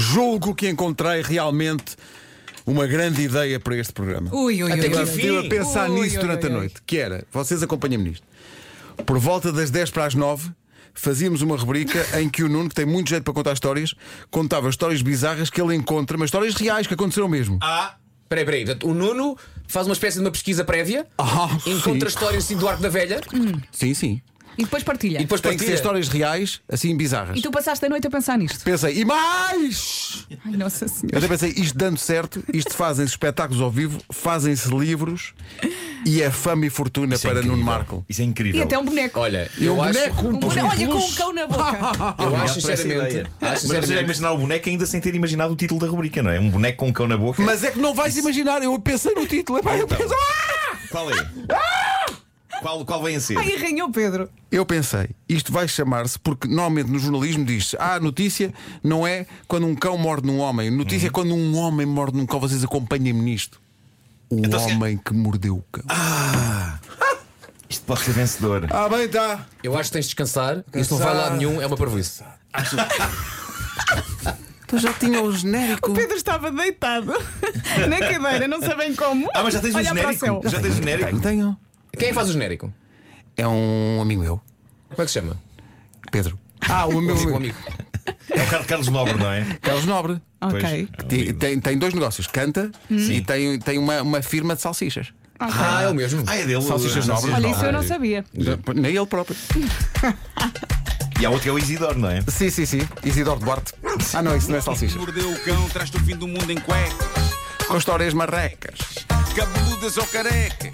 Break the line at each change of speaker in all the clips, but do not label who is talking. Julgo que encontrei realmente uma grande ideia para este programa.
Ui, ui,
Até
ui.
agora
ui.
estive a pensar
Ui,
nisso
ui,
durante a
ui.
noite, que era, vocês acompanham-me nisto. Por volta das 10 para as 9, fazíamos uma rubrica em que o Nuno, que tem muito jeito para contar histórias, contava histórias bizarras que ele encontra, mas histórias reais que aconteceram mesmo.
Ah. Peraí, peraí. Portanto, o Nuno faz uma espécie de uma pesquisa prévia,
Ah,
encontra
sim.
histórias assim do Arco da Velha
Sim, sim.
E depois partilha. Então-
e depois
Tem que ser
partilha.
histórias reais, assim bizarras.
E tu passaste a noite a pensar nisto.
Pensei, e mais!
Ai, nossa senhora.
Eu até pensei, isto dando certo, isto fazem-se espetáculos ao vivo, fazem-se livros e é fama e fortuna
Isso é
para Nuno
incrível.
Marco.
Isso é incrível.
E até um boneco.
Olha,
E
eu
um
acho.
boneco,
Um boneco. Olha, com um cão na boca.
Eu
Obrigado
acho
por essa
sinceramente.
ideia.
Acho
Mas você já
sinceramente.
imaginar o boneco ainda sem ter imaginado o título da rubrica, não é? Um boneco com um cão na boca.
Mas é que não vais imaginar, eu pensei no título. epá, Eu
Então.
pensei, "Ah!"
Qual é? Qual, qual vem a ser?
Ai, arranhou Pedro.
Eu pensei, isto vai chamar-se, porque normalmente no jornalismo diz-se, ah, a notícia não é quando um cão morde num homem, notícia é quando um homem morde num cão, vocês acompanhem-me nisto. O
Então, se-
homem que mordeu o cão. Ah,
Isto pode ser vencedor.
bem, tá. está.
Eu acho que tens de descansar. Isso não vai lá nenhum, é uma parvoíce.
Então
Tu já tinha o genérico.
Pedro estava deitado na cadeira, não sabem como.
Ah, mas já tens um
Olhar para o céu.
genérico? Já tens genérico?
Tenho, tenho.
Quem faz o genérico?
É um amigo meu,
Como é que se chama?
Pedro. Ah, o meu
Amigo,
amigo.
amigo.
É o Carlos- Carlos Nobre, não é?
Carlos Nobre.
Ok.
Pois, é um
Tem,
livro.
tem, tem dois negócios, canta e tem, tem uma, uma firma de salsichas.
Ah, é o mesmo.
Ah, é dele.
Salsichas
o-
Nobre.
Olha, isso eu não sabia.
Nem ele próprio.
E há outro que é o Isidoro, não é?
Sim, sim, sim. Isidoro Duarte. Ah, não, isso não é salsicha.
Mordeu o cão, traz-te o fim do mundo em cuecas.
Com histórias marrecas.
Cabeludas ou carecas.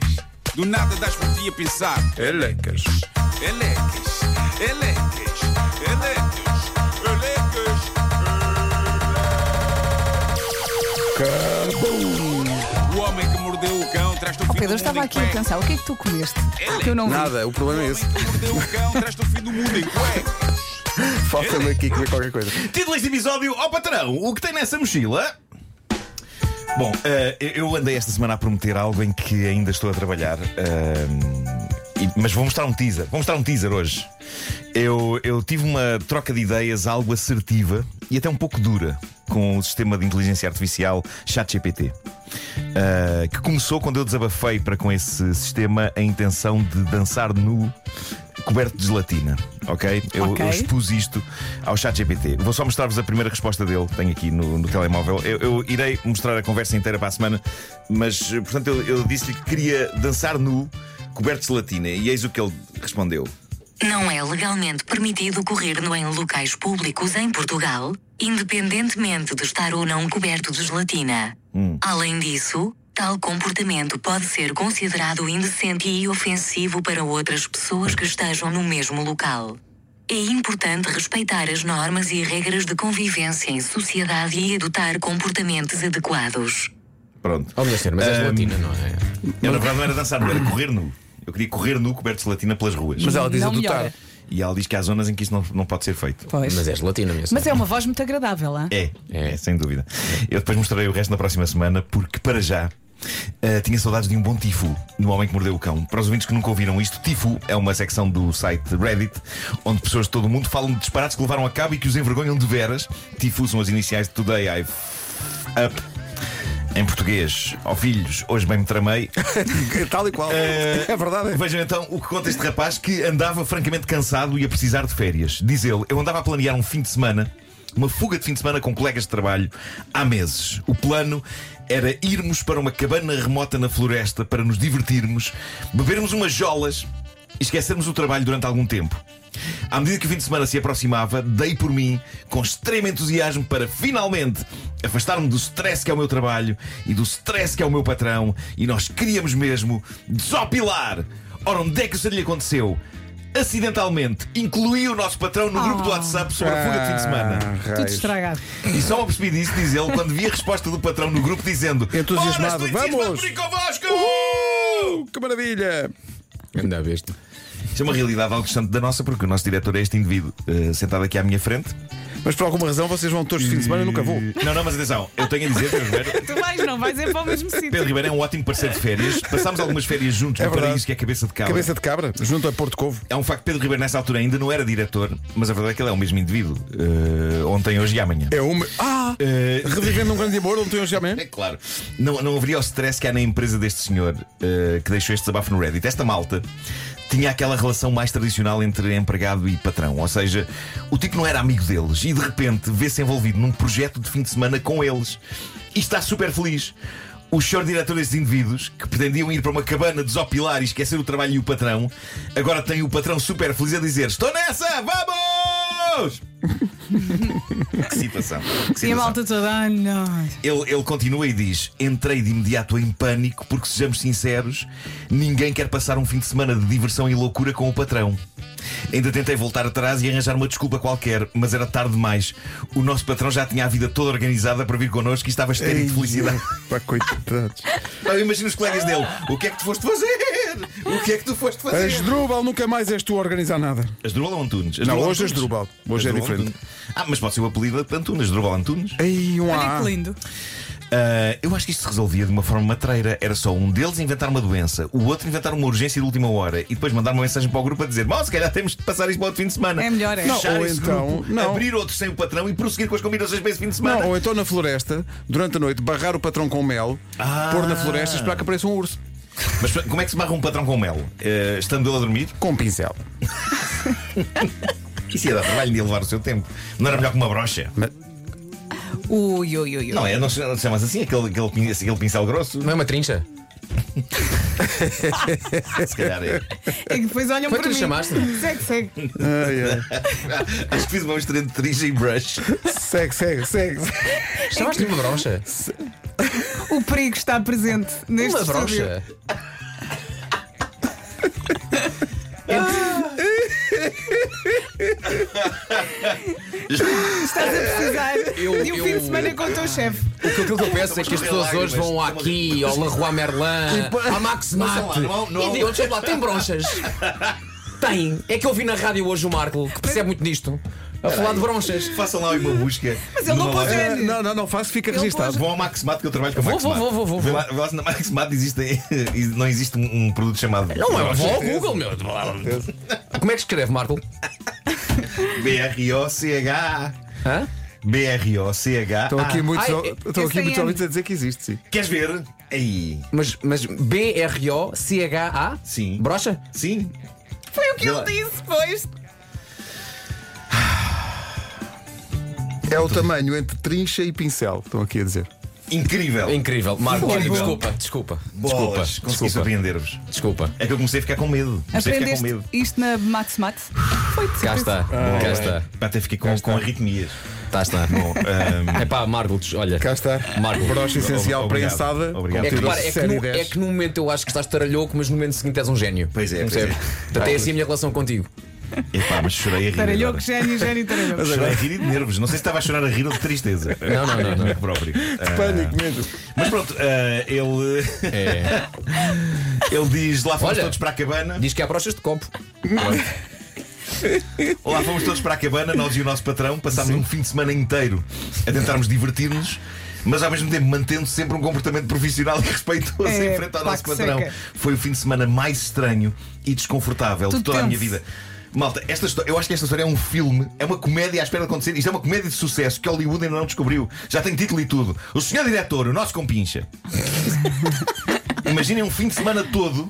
Do nada das por ti a pensar.
Elecas.
Elecas, elecas, elecas, elecas. O homem que mordeu o cão traz-te o fim
Oh, Pedro
do mundo
estava
em
aqui a
cuecas.
pensar, o que é que tu comeste? Que eu não vi.
Nada, o problema é esse.
O homem que mordeu o cão traz-te o fim do mundo em cuecas.
Falta-me aqui comer qualquer coisa.
Título deste episódio: Ó patrão, o que tem nessa mochila? Bom, eh, eu andei esta semana a prometer algo em que ainda estou a trabalhar. eh, e- mas vou mostrar um teaser. Vou mostrar um teaser hoje. Eu, eu tive uma troca de ideias algo assertiva e até um pouco dura com o sistema de inteligência artificial ChatGPT. Uh, que começou quando eu desabafei para com esse sistema a intenção de dançar nu coberto de gelatina. Ok? Eu,
Ok.
eu expus isto ao ChatGPT. Vou só mostrar-vos a primeira resposta dele, tenho aqui no, no telemóvel. Eu, eu irei mostrar a conversa inteira para a semana, mas eh, portanto eu, eu disse-lhe que queria dançar nu coberto de gelatina e eis o que ele respondeu.
Não é legalmente permitido correr nu em locais públicos em Portugal, independentemente de estar ou não coberto de gelatina. Além disso, tal comportamento pode ser considerado indecente e ofensivo para outras pessoas que estejam no mesmo local. É importante respeitar as normas e regras de convivência em sociedade e adotar comportamentos adequados.
Pronto.
Oh, minha senhora, mas és
Ahm.
latina, não é?
Eu na verdade não era dançar nu, era correr nu. Eu queria correr nu coberto de gelatina pelas ruas.
Mas ela diz
Não
adotar.
melhora.
E ela diz que há zonas em que isto não, não pode ser feito.
Pois.
Mas és latina, minha
Mas
senhora.
é uma voz muito agradável, hã?
É, é, sem dúvida. Eu depois mostrarei o resto na próxima semana, porque para já. eh, tinha saudades de um bom tifu no Homem que Mordeu o Cão. Para os ouvintes que nunca ouviram isto, tifu é uma secção do site Reddit onde pessoas de todo o mundo falam de disparates que levaram a cabo e que os envergonham de veras. Tifu são as iniciais de Today I F Up. Em português, ó filhos, hoje bem me tramei.
Tal e qual. É verdade.
Eh, Vejam então o que conta este rapaz que andava francamente cansado e a precisar de férias. Diz ele: Eu andava a planear um fim de semana, uma fuga de fim de semana com colegas de trabalho, há meses. O plano era irmos para uma cabana remota na floresta para nos divertirmos, bebermos umas jolas e esquecermos o trabalho durante algum tempo. À medida que o fim de semana se aproximava, dei por mim com extremo entusiasmo para finalmente afastar-me do stress que é o meu trabalho e do stress que é o meu patrão e nós queríamos mesmo desopilar. Ora, onde é que isso lhe aconteceu? Acidentalmente, incluí o nosso patrão no grupo do WhatsApp sobre a fuga de fim de semana.
Tudo estragado.
E só me percebi disso, diz ele, quando vi a resposta do patrão no grupo dizendo:
Entusiasmado,
"Ora, estou entusiasmado
vamos!"
por ir convosco!
Que Oh, maravilha!
Anda a besta.
Isto é uma realidade algo distante da nossa, porque o nosso diretor é este indivíduo eh, sentado aqui à minha frente.
Mas por alguma razão vocês vão todos de fim de semana e eu nunca vou.
Não, não, mas atenção, eu tenho a dizer, Pedro Ribeiro,
Tu vais, não vais é para o mesmo
Pedro
sítio.
Ribeiro é um ótimo parceiro de férias. Passámos algumas férias juntos
É
no
verdade.
paraíso que é cabeça de cabra.
Cabeça de cabra, junto a Porto Covo.
É um facto que Pedro Ribeiro nessa altura ainda não era diretor, mas a verdade é que ele é o mesmo indivíduo. eh, ontem, hoje e amanhã.
É uma. Ah!
Eh,
Revivendo um grande amor, não tenho hoje amanhã.
né?
É claro. Não, não haveria o stress que há na empresa deste senhor eh, que deixou este desabafo no Reddit. Esta malta tinha aquela relação mais tradicional entre empregado e patrão. Ou seja, o tipo não era amigo deles e de repente vê-se envolvido num projeto de fim de semana com eles e está super feliz. O senhor diretor desses indivíduos, que pretendiam ir para uma cabana desopilar e esquecer o trabalho e o patrão, agora tem o patrão super feliz a dizer: Estou nessa! Vamos! que situação. Que
E a
situação.
malta toda, ai não.
Ele, ele continua e diz: Entrei de imediato em pânico, porque sejamos sinceros, ninguém quer passar um fim de semana de diversão e loucura com o patrão. Ainda tentei voltar atrás e arranjar uma desculpa qualquer, mas era tarde demais. O nosso patrão já tinha a vida toda organizada para vir connosco e estava estéril de felicidade.
Pá, coitados.
Eu imagino os colegas dele: O que é que tu foste fazer? O que é que tu foste fazer?
Asdrúbal, nunca mais és tu a organizar nada.
Asdrubal ou Antunes?
Não,
Asdrúbal
hoje
Antunes?
Asdrúbal. Hoje é
Asdrúbal
diferente.
Antunes. Ah, mas pode ser o apelido de Antunes, Asdrubal Antunes.
Ei, um
Olha
A.
que lindo.
Ah, eu acho que isto se resolvia de uma forma matreira. Era só um deles inventar uma doença, o outro inventar uma urgência de última hora e depois mandar uma mensagem para o grupo a dizer: Bom, se calhar temos de passar isto para outro fim de semana.
É melhor, é.
Fechar
Não, ou
esse
então-
grupo,
não.
abrir outro sem o patrão e prosseguir com as combinações para esse fim de semana.
Não, ou então na floresta, durante a noite, barrar o patrão com mel,
Ah.
pôr na floresta e esperar que apareça um urso.
Mas como é que se marra um patrão com mel? Ah, estando ele a dormir?
Com um pincel.
Isso ia dar trabalho de levar o seu tempo. Não era melhor que uma brocha?
Ui, ui, ui,
Não,
ui.
é, não se não se chama-se assim, aquele, aquele, pin- aquele pincel grosso?
Não é uma trincha?
Se calhar é.
E depois olham
Como
para
é que tu
mim.
lhe chamaste?
Segue, segue.
Ai, ai.
Acho que fiz uma mistura de trincha e brush.
Segue, segue, segue.
Chamaste-lhe uma brocha?
O perigo está presente neste
Uma
estúdio.
brocha?
Estás a precisar
Eu-
de um
eu-
fim de semana com o teu chefe.
O que, aquilo que eu peço é que as pessoas hoje vão aqui, ao La Rua Merlin, à Max Mate,
Não, não, não.
e digam, deixa lá, tem bronchas. Tem. É que eu vi na rádio hoje o Marco, que percebe muito disto, a falar de bronchas.
Façam lá uma busca.
Mas ele não
numa
pode
loja.
Ah, Não, não, não, faço, fica
Eu
registado.
Vão ao Maximat que eu trabalho com o
Vou,
Maximat.
vou, vou, vou,
Vê
vou.
lá, vê lá se na Maximat existe, não existe um, um produto chamado.
Não, é vou ao Google, meu. Como é que escreve, Marco?
B-R-O-C-H.
Hã?
B-R-O-C-h.
Estão aqui muitos,
ai,
estão aqui
esse
muitos
é
ouvintes a dizer que existe, sim.
Queres ver? Aí.
Mas, mas B-R-O-C-H-A?
Sim.
Brocha?
Sim.
Foi o que
Vê
ele
lá.
disse, pois.
É o tamanho entre trincha e pincel, estão aqui a dizer.
Incrível.
Incrível. Marco,
Boa, boa.
desculpa, desculpa. Desculpa.
Bolas. Consegui
Desculpa.
surpreender-vos.
Desculpa.
É que eu comecei a ficar com medo. Comecei a ficar
Aprendeste
é com medo.
isto na Matsumat? Foi de
Cá
certeza.
está. Cá está.
Pá, Até fiquei com, com arritmias.
Tá, está.
Bom, ehm, ahm,
É pá, Marco, olha.
Cá está.
Marco.
Brocha essencial
Obrigado.
prensada.
Obrigado.
É que,
conteúdo
repara, é, que
série
no,
10.
é que no momento eu acho que estás taralhoco, mas no momento seguinte és um gênio.
Pois é, pois
Percebes?
é.
Portanto, é assim a minha relação contigo.
epá, mas chorei a rir.
Taralhou
agora.
que gênio, gênio, taralhou.
Chorei a rir e de nervos. Não sei se estava a chorar a rir ou de tristeza.
Não, não, não, não.
Comigo próprio. Ah,
Pânico mesmo.
Mas pronto, ah, ele.
É.
Ele diz: lá fomos
Olha.
todos para a cabana,
Diz que há brochas de copo.
lá fomos todos para a cabana, nós e o nosso patrão passámos um fim de semana inteiro a tentarmos divertir-nos. Mas ao mesmo tempo mantendo sempre um comportamento profissional e respeitoso
É,
em frente ao
pá,
nosso
que
patrão.
seca.
Foi o fim de semana mais estranho e desconfortável de
Tudo
toda a minha
tenso.
vida. Malta, esta história, eu acho que esta história é um filme, é uma comédia à espera de acontecer. Isto é uma comédia de sucesso que Hollywood ainda não descobriu. Já tem título e tudo. O senhor diretor, o nosso compincha. Imaginem um fim de semana todo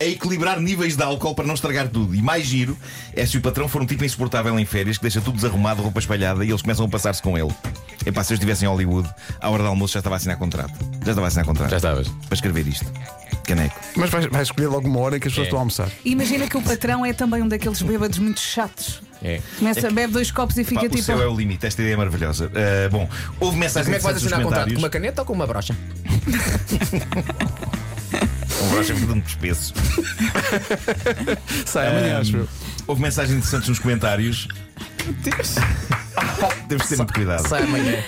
a equilibrar níveis de álcool para não estragar tudo. E mais giro é se o patrão for um tipo insuportável em férias que deixa tudo desarrumado, roupa espalhada e eles começam a passar-se com ele. Epá, se eu estivesse em Hollywood, à hora do almoço já estava a assinar contrato. Já estava a assinar contrato.
Já estavas.
Para escrever isto. Caneco.
Mas vais, vais escolher logo uma hora em que as pessoas
É.
estão a almoçar.
Imagina que o patrão é também um daqueles bêbados muito chatos.
É.
Começa, bebe dois copos e
Pá,
fica
o
tipo.
seu é o limite. Esta ideia é maravilhosa. Ah, bom, houve mensagens
Como é que vais
interessantes nos
assinar contrato? Com
comentários.
uma caneta ou com uma brocha?
Um broche é muito espesso.
Sai amanhã, acho eu.
Houve mensagens interessantes nos comentários. Temos de ter muito cuidado.
Sai Ah, amanhã.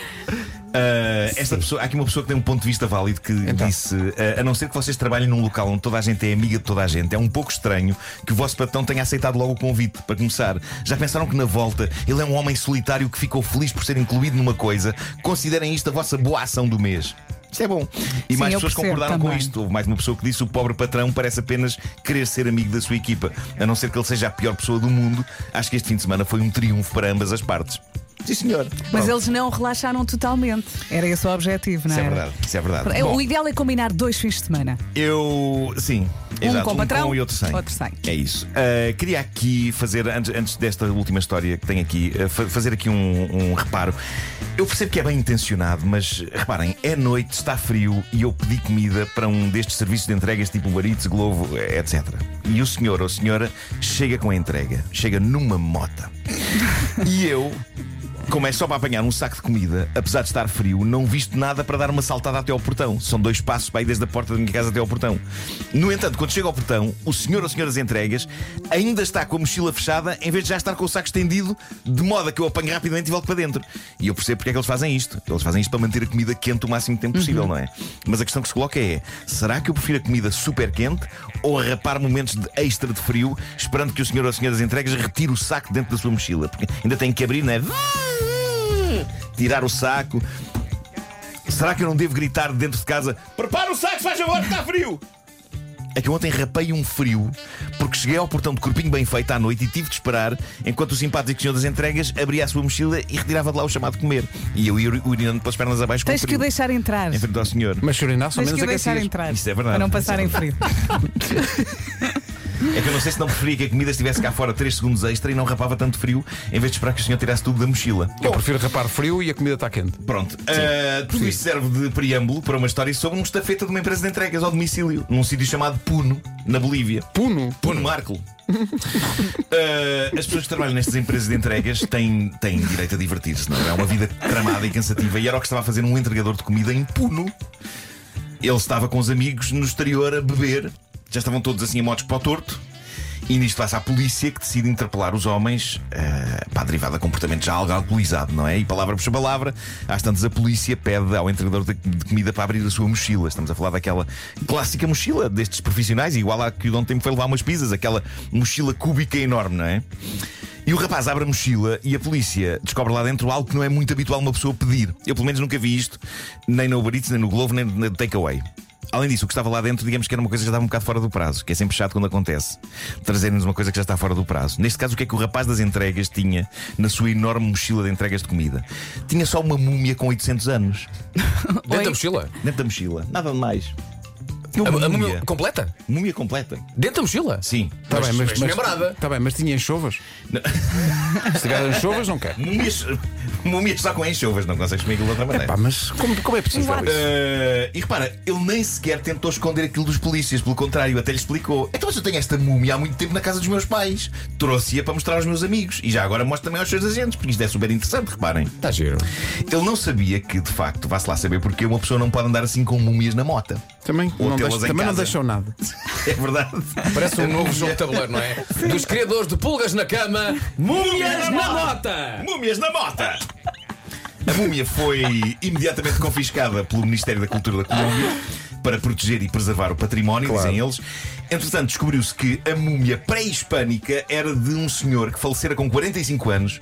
Ah, esta pessoa, há aqui uma pessoa que tem um ponto de vista válido que
Então.
disse: "Ah, a não ser que vocês trabalhem num local onde toda a gente é amiga de toda a gente, é um pouco estranho que o vosso patrão tenha aceitado logo o convite para começar. Já pensaram que na volta ele é um homem solitário que ficou feliz por ser incluído numa coisa? Considerem isto a vossa boa ação do mês. Isto é bom. E
Sim,
mais
eu
pessoas
percebo
concordaram com
também.
isto. Houve mais uma pessoa que disse: o pobre patrão parece apenas querer ser amigo da sua equipa. A não ser que ele seja a pior pessoa do mundo, acho que este fim de semana foi um triunfo para ambas as partes. é Sim, senhor.
Mas
Pronto.
eles não relaxaram totalmente. Era esse o objetivo, não
Isso é
era?
verdade, isso é verdade.
É,
Bom.
O ideal é combinar dois fins de semana.
Eu. Sim.
Um
exato,
com
um
patrão,
com e outro sem.
outro sem.
É isso. Ah, queria aqui fazer, antes, antes desta última história que tenho aqui, ah, fa- fazer aqui um, um reparo. Eu percebo que é bem intencionado, mas reparem, é noite, está frio e eu pedi comida para um destes serviços de entregas tipo Uber Eats, Glovo, eh, etc. E o senhor ou senhora chega com a entrega, chega numa mota. E eu, como é só para apanhar um saco de comida, apesar de estar frio, não visto nada para dar uma saltada até ao portão. São dois passos para ir desde a porta da minha casa até ao portão. No entanto, quando chego ao portão, o senhor ou senhora das entregas ainda está com a mochila fechada, em vez de já estar com o saco estendido, de modo a que eu apanho rapidamente e volto para dentro. E eu percebo porque é que eles fazem isto. Eles fazem isto para manter a comida quente o máximo de tempo possível, não é? Mas a questão que se coloca é: será que eu prefiro a comida super quente ou arrapar momentos de extra de frio, esperando que o senhor ou a senhora das entregas retire o saco dentro da sua mochila? Porque ainda tem que abrir, não é? Tirar o saco. Será que eu não devo gritar de dentro de casa: prepara o saco, se faz favor, que está frio! É que eu ontem rapei um frio porque cheguei ao portão de corpinho bem feito à noite e tive de esperar enquanto o simpático senhor das entregas abria a sua mochila e retirava de lá o chamado comer. E eu ia urinando pelas pernas abaixo com
Tens
o
que
frio.
o deixar entrar.
Em frente ao senhor.
Mas chorinar, ao
Tens
menos
que
é
o
que
deixar
assim.
entrar.
Isso é verdade,
Para não
isso é
passarem frio.
É que eu não sei se não preferia que a comida estivesse cá fora 3 segundos extra e não rapava tanto frio em vez de esperar que o senhor tirasse tudo da mochila.
Eu prefiro rapar frio e a comida está quente.
Pronto, ah, tudo isto serve de preâmbulo para uma história sobre um estafeta de uma empresa de entregas ao domicílio, num sítio chamado Puno, na Bolívia.
Puno?
Puno Marco. Ah, as pessoas que trabalham nestas empresas de entregas têm, têm direito a divertir-se, não é? É uma vida tramada e cansativa. E era o que estava a fazer um entregador de comida em Puno. Ele estava com os amigos no exterior a beber, já estavam todos assim a motos para o torto. E nisto passa a polícia que decide interpelar os homens eh, pá, derivada a comportamento já algo alcoolizado, não é? E palavra por palavra, às tantas a polícia pede ao entregador de, de comida para abrir a sua mochila. Estamos a falar daquela clássica mochila destes profissionais, igual à que o Dom Tempo foi levar umas pizzas, aquela mochila cúbica enorme, não é? E o rapaz abre a mochila e a polícia descobre lá dentro algo que não é muito habitual uma pessoa pedir. Eu, pelo menos, nunca vi isto, nem no Uber Eats, nem no Glovo, nem no Takeaway. Além disso, o que estava lá dentro, digamos que era uma coisa que já estava um bocado fora do prazo, que é sempre chato quando acontece. Trazerem-nos uma coisa que já está fora do prazo. Neste caso, o que é que o rapaz das entregas tinha na sua enorme mochila de entregas de comida? Tinha só uma múmia com 800 anos,
Dentro da mochila?
dentro da mochila. Nada de mais. Tinha
A,
uma
a
múmia.
múmia completa?
múmia completa.
Dentro da mochila?
Sim.
Está bem, mas,
mas membrada.
tá bem, mas tinha enxovas? Se tiver enxovas, não quer.
Múmias, múmias só com enxovas, não consegues comigo de outra maneira.
Pá, mas como, como é possível
Exato.
isso?
Eh, e repara, ele nem sequer tentou esconder aquilo dos polícias, pelo contrário, até lhe explicou: Então, mas eu tenho esta múmia há muito tempo na casa dos meus pais, trouxe-a para mostrar aos meus amigos e já agora mostro também aos seus agentes, porque isto é super interessante, reparem.
Está Tá giro.
Ele não sabia que, de facto, vá-se lá saber porque uma pessoa não pode andar assim com múmias na mota.
Também,
Ou
não,
tê-las
deixa-
em
também não
casa.
deixam nada.
É verdade.
Parece um novo jogo de tabuleiro, não é? Dos criadores de pulgas na cama, múmias na mota!
Múmias na mota! A múmia foi imediatamente confiscada pelo Ministério da Cultura da Colômbia para proteger e preservar o património, dizem eles. Entretanto, descobriu-se que a múmia pré-hispânica era de um senhor que falecera com 45 anos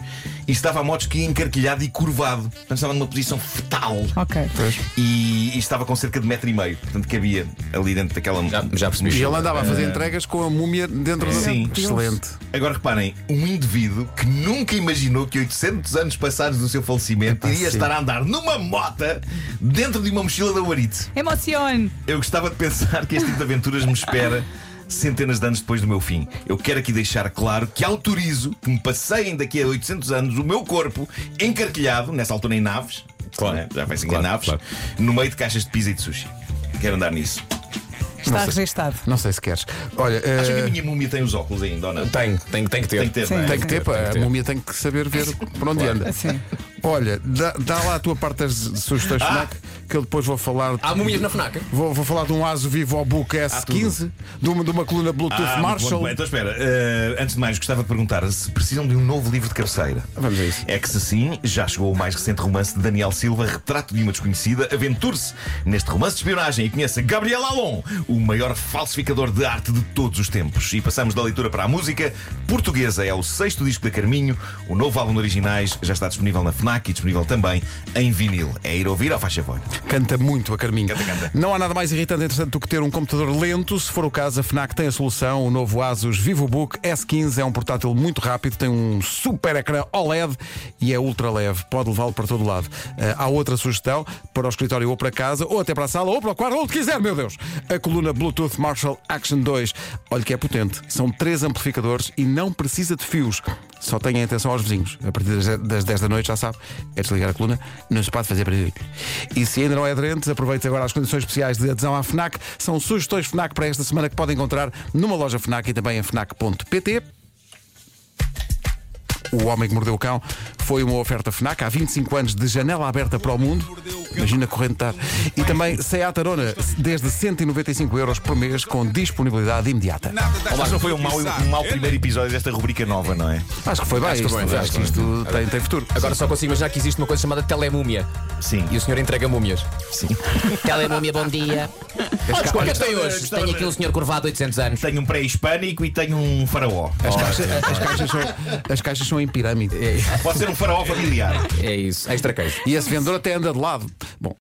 e estava a modos que encarquilhado e curvado. Portanto, estava numa posição fetal.
ok.
E, e estava com cerca de metro e meio. Portanto, cabia ali dentro daquela.
Já, já percebi.
E ele andava a fazer entregas com a múmia dentro da.
Eh, Sim.
Excelente.
Agora reparem, um indivíduo que nunca imaginou que 800 anos passados do seu
Ah,
falecimento iria
sim.
estar a andar numa mota dentro de uma mochila da Uarite.
Emocione!
Eu gostava de pensar que este tipo de aventuras me espera centenas de anos depois do meu fim. Eu quero aqui deixar claro que autorizo que me passeiem daqui a 800 anos o meu corpo encarquilhado, nessa altura em naves,
Claro.
né? já vai ser em
Claro,
naves,
claro.
no meio de caixas de pizza e de sushi. Quero andar nisso.
Está registado.
Não sei se queres. Olha, eh,
Acho que é a minha múmia tem os óculos ainda, ou não?
Tem, tem, tem que ter.
Tem que ter,
Sim.
não é?
tem que ter, pá,
Tem que ter.
a múmia tem que saber ver por onde anda.
Sim.
Olha, dá, dá lá a tua parte das sugestões
Ah!
FNAC, que eu depois vou falar.
Há múmias na FNAC.
Vou, vou falar de um ASO Vivo Book S15, de uma, de uma coluna Bluetooth
Ah, muito bom,
Marshall.
muito bem. Então espera, eh, antes de mais gostava de perguntar se precisam de um novo livro de cabeceira.
Ah, Vamos a isso.
É que se sim, já chegou o mais recente romance de Daniel Silva, Retrato de uma Desconhecida. Aventure-se neste romance de espionagem e conheça Gabriel Alon, o maior falsificador de arte de todos os tempos. E passamos da leitura para a música. Portuguesa é o sexto disco da Carminho. O novo álbum de originais já está disponível na FNAC e disponível também em vinil. É ir ouvir ao faixa voz.
Canta muito a Carminho.
Canta, canta.
Não há nada mais irritante, entretanto, do que ter um computador lento. Se for o caso, a FNAC tem a solução. O novo Asus VivoBook S15 é um portátil muito rápido, tem um super ecrã OLED e é ultra leve. Pode levá-lo para todo lado. Ah, há outra sugestão para o escritório ou para casa, ou até para a sala, ou para o quarto, ou onde quiser, meu Deus. A coluna Bluetooth Marshall Action 2. Olha que é potente. São três amplificadores e não precisa de fios. Só tenha atenção aos vizinhos. A partir das- das 10 da noite, já sabe, é desligar a coluna, não se pode fazer barulho. E se ainda não é aderente, aproveite agora as condições especiais de adesão à FNAC. São sugestões FNAC para esta semana que pode encontrar numa loja FNAC e também em FNAC.pt. O Homem que Mordeu o Cão foi uma oferta FNAC há 25 anos de janela aberta para o mundo. Imagina a corrente de ar. E também Seat Arona, desde 195 euros por mês, com disponibilidade imediata.
Nada das
Mas não foi um mau, um mau primeiro episódio desta rubrica nova, não é?
Acho que foi bem.
Acho que foi
isto-
bem,
Acho
acho
que
que
isto tem, tem futuro.
Agora só consigo imaginar que existe uma coisa chamada telemúmia.
Sim.
E o senhor entrega múmias.
Sim.
Telemúmia, bom dia. Olha, o que é que tem hoje?
Gostava
Tenho
de-
aqui um senhor curvado de 800 anos.
Tenho um pré-hispânico e tenho um faraó.
As caixas, as caixas são, as caixas são em pirâmide.
Pode ser um faraó familiar.
É isso, extra queijo.
E esse vendedor até anda de lado.